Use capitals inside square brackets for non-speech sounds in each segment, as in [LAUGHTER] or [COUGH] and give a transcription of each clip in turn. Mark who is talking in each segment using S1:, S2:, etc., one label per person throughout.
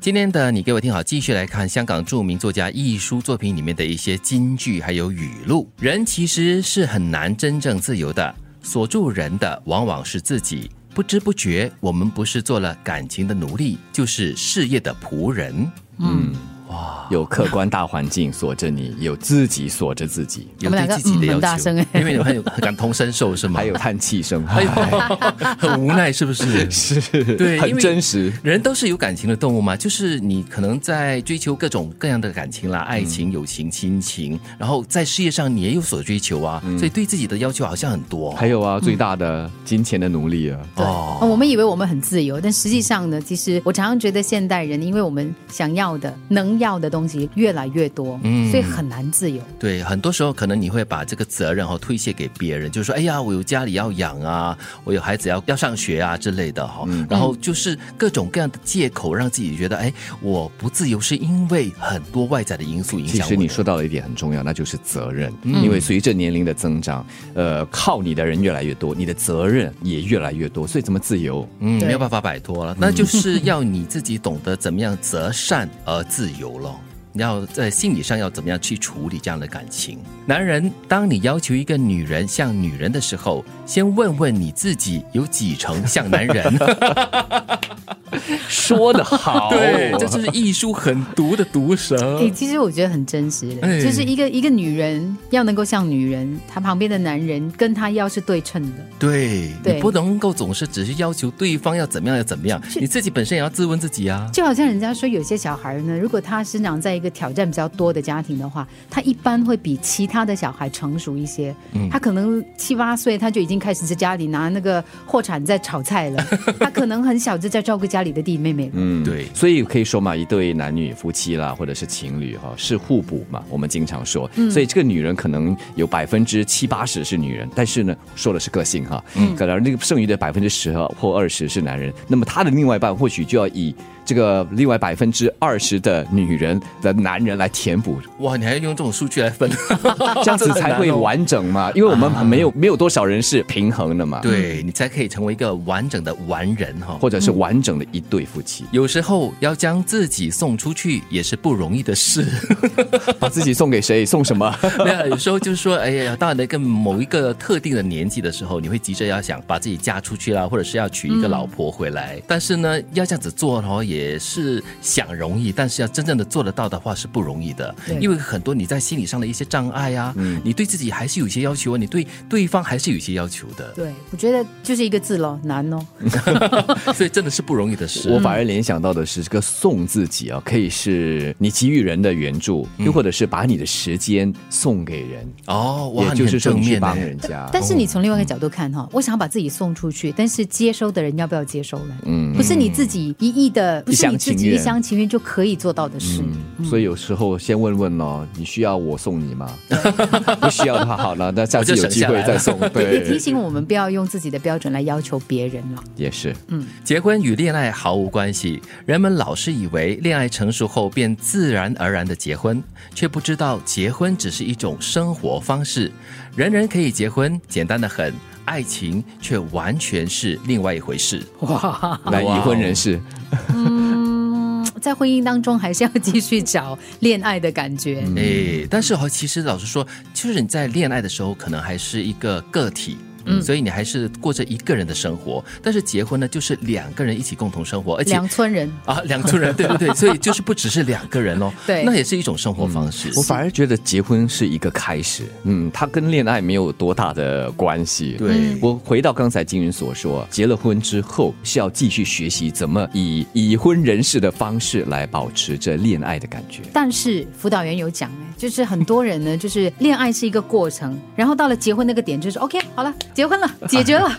S1: 今天的你给我听好，继续来看香港著名作家易舒作品里面的一些金句还有语录。人其实是很难真正自由的，锁住人的往往是自己。不知不觉，我们不是做了感情的奴隶，就是事业的仆人。
S2: 嗯，
S1: 哇，
S2: 有客观大环境锁着你，有自己锁着自己，
S1: 有
S3: 我们
S1: 对
S3: 两个
S1: 自己的
S3: 嗯
S1: 要
S3: 很大
S1: 求，
S3: 声哎
S1: 因为你们很有感同身受是吗？
S2: 还有叹气声，
S1: 哎呦， [LAUGHS] 很无奈是不 [LAUGHS] 是？
S2: 是，
S1: 对因
S2: 很
S1: 为嗯
S2: 真实。
S1: 人都是有感情的动物嘛，就是你可能在追求各种各样的感情啦，
S2: 嗯
S1: 爱情、友情、亲情，然后在事业上你也有所追求啊，所以对自己的要求好像很多。
S2: 嗯还有啊，最大的金钱的奴隶啊，
S3: 对、
S1: 哦
S3: 我们以为我们很自由，但实际上呢，其实我常常觉得现代人，因为我们想要的、能要的东西越来越多，
S1: 嗯
S3: 所以很难自由。
S1: 对，很多时候可能你会把这个责任哦推卸给别人，就是说，哎呀，我有家里要养啊，我有孩子要要上学啊之类的
S2: 嗯
S1: 哈、然后就是各种各样的借口，让自己觉得，哎，我不自由是因为很多外在的因素影
S2: 其
S1: 响我的。嗯
S2: 实你说到了一点很重要，那就是责任。因为随着年龄的增长，呃，靠你的人越来越多，你的责任也越来越多，所以怎么自由？
S1: 嗯，
S3: 对
S1: 没有办法摆脱了，那就是要你自己懂得怎么样择善而自由了。你要在心理上要怎么样去处理这样的感情？男人，当你要求一个女人像女人的时候，先问问你自己有几成像男人。
S2: 说得好
S1: [LAUGHS] 对，这就是艺术很毒的毒
S3: [LAUGHS]
S1: 舌
S3: 诶，。其实我觉得很真实的，
S1: 呃哎
S3: 就是一个一个女人要能够像女人，她旁边的男人跟她要是对称的，
S1: 对，
S3: 对
S1: 你不能够总是只是要求对方要怎么样要怎么样，你自己本身也要质问自己啊。
S3: 就好像人家说有些小孩呢，如果他生长在一个挑战比较多的家庭的话，他一般会比其他的小孩成熟一些。
S2: 嗯
S3: 他可能七八岁他就已经开始在家里拿那个货铲在炒菜
S2: [LAUGHS]
S3: 了，他可能很小就在照顾家里的弟弟妹妹了。
S2: 嗯
S1: 对
S2: 所以可以说嘛，一对男女夫妻啦，或者是情侣哈、是互补嘛。我们经常说，所以这个女人可能有百分之七八十是女人，但是呢，说的是个性哈，嗯，可能那个剩余的百分之十或二十是男人，那么他的另外一半或许就要以这个另外百分之二十的女人的男人来填补，
S1: 哇，你还要用这种数据来分，
S2: 这样子才会完整嘛。因为我们没有没有多少人是平衡的嘛，，
S1: [LAUGHS] 对你才可以成为一个完整的完人哈、
S2: 或者是完整的一对夫妻，
S1: 有时候要将自己送出去也是不容易的事。 [LAUGHS]
S2: 把自己送给谁，送什么？
S1: 没有，有时候就是说，哎呀，到了一个某一个特定的年纪的时候，你会急着要想把自己嫁出去啦，或者是要娶一个老婆回来。
S2: 嗯
S1: 但是呢，要这样子做的话，也是想容易，但是要真正的做得到的话是不容易的
S3: 对，
S1: 因为很多你在心理上的一些障碍啊，
S2: 嗯
S1: 你对自己还是有一些要求啊，你对对方还是有一些要求的，
S3: 对，我觉得就是一个字咯，难哦。
S1: [LAUGHS] 所以真的是不容易的事。
S2: 我反而联想到的是这个送自己啊，可以是你给予人的援助，又或者是把你的时间送给人，
S1: 哦，哇，
S2: 也就是
S1: 你很
S2: 说
S1: 正
S2: 你去
S1: 面欸
S2: 帮
S1: 呢。
S2: 人家。
S3: 但是你从另外一个角度看
S2: 嗯
S3: 哈，我想把自己送出去，但是接收的人要不要接收呢？
S2: 嗯
S3: 不是你自己一意的，不是你自己
S2: 一
S3: 一
S2: 厢
S3: 厢情愿就可以做到的事。
S2: 嗯所以有时候先问问咯，你需要我送你吗？
S1: [LAUGHS]
S2: 不需要的话，好了，那下次有机会再送。
S3: 也提 [LAUGHS]
S2: 对，
S3: 醒我们不要用自己的标准来要求别人了。
S2: 也是，
S1: 结婚与恋爱毫无关系，人们老是以为恋爱成熟后便自然而然的结婚，却不知道结婚只是一种生活方式。人人可以结婚，简单的很，爱情却完全是另外一回事。
S3: 哇，
S2: 来
S1: 哇哦
S2: 已婚人士，
S3: 嗯，在婚姻当中还是要继续找恋爱的感觉。
S1: 哎，但是哈，其实老实说，就是你在恋爱的时候，可能还是一个个体。嗯，所以你还是过着一个人的生活，但是结婚呢，就是两个人一起共同生活，而且
S3: 两村人，
S1: 啊，两村人，对对
S3: [LAUGHS]
S1: 对，所以就是不只是两个人哦，
S3: 对嗯
S1: 那也是一种生活方式。
S2: 我反而觉得结婚是一个开始，嗯，它跟恋爱没有多大的关系。
S1: 对嗯
S2: 我回到刚才金云所说，结了婚之后是要继续学习怎么以已婚人士的方式来保持着恋爱的感觉。
S3: 但是辅导员有讲，哎，就是很多人呢，就是恋爱是一个过程，然后到了结婚那个点，就是 OK，好了，
S1: [LAUGHS]
S3: 结婚了，解决了，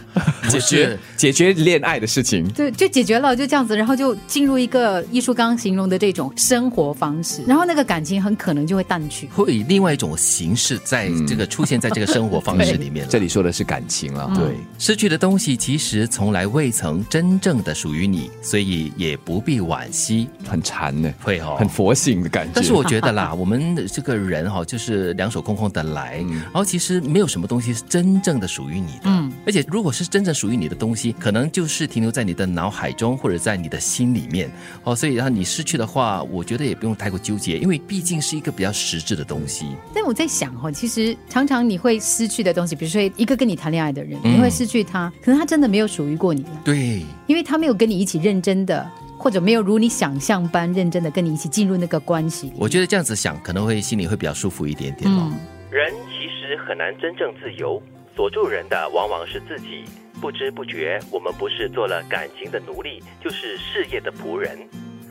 S1: 解决
S2: 解决恋爱的事情，
S3: 对，就解决了，就这样子，然后就进入一个艺术刚刚形容的这种生活方式，然后那个感情很可能就会淡去。
S1: 会以另外一种形式在这个出现在这个生活方式里 [LAUGHS] 面了。
S2: 这里说的是感情啊。
S1: 对，失去的东西其实从来未曾真正的属于你，所以也不必惋惜。
S2: 很馋呢，
S1: 会哦
S2: 很佛性的感觉。
S1: [LAUGHS] 但是我觉得 [LAUGHS] 啦，我哦嗯们这个人哈、就是两手空空的来，然后其实没有什么东西是真正的属于你的。嗯，而且如果是真正属于你的东西，可能就是停留在你的脑海中或者在你的心里面哦。所以，然后你失去的话，我觉得也不用太过纠结，因为毕竟是一个比较实质的东西。
S3: 但我在想哦，其实常常你会失去的东西，比如说一个跟你谈恋爱的人，
S1: 嗯
S3: 你会失去他，可能他真的没有属于过你了，
S1: 对，
S3: 因为他没有跟你一起认真的，或者没有如你想象般认真的跟你一起进入那个关系里。
S1: 我觉得这样子想可能会心里会比较舒服一点点哦。
S3: 嗯
S4: 人其实很难真正自由，锁住人的往往是自己。不知不觉，我们不是做了感情的奴隶，就是事业的仆人。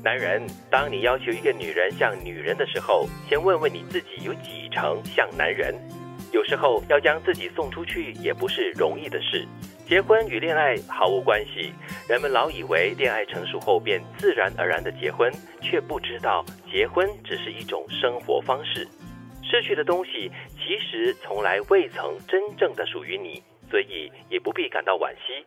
S4: 男人，当你要求一个女人像女人的时候，先问问你自己有几成像男人。有时候要将自己送出去也不是容易的事。结婚与恋爱毫无关系，人们老以为恋爱成熟后便自然而然的结婚，却不知道结婚只是一种生活方式。失去的东西其实从来未曾真正的属于你，所以也不必感到惋惜。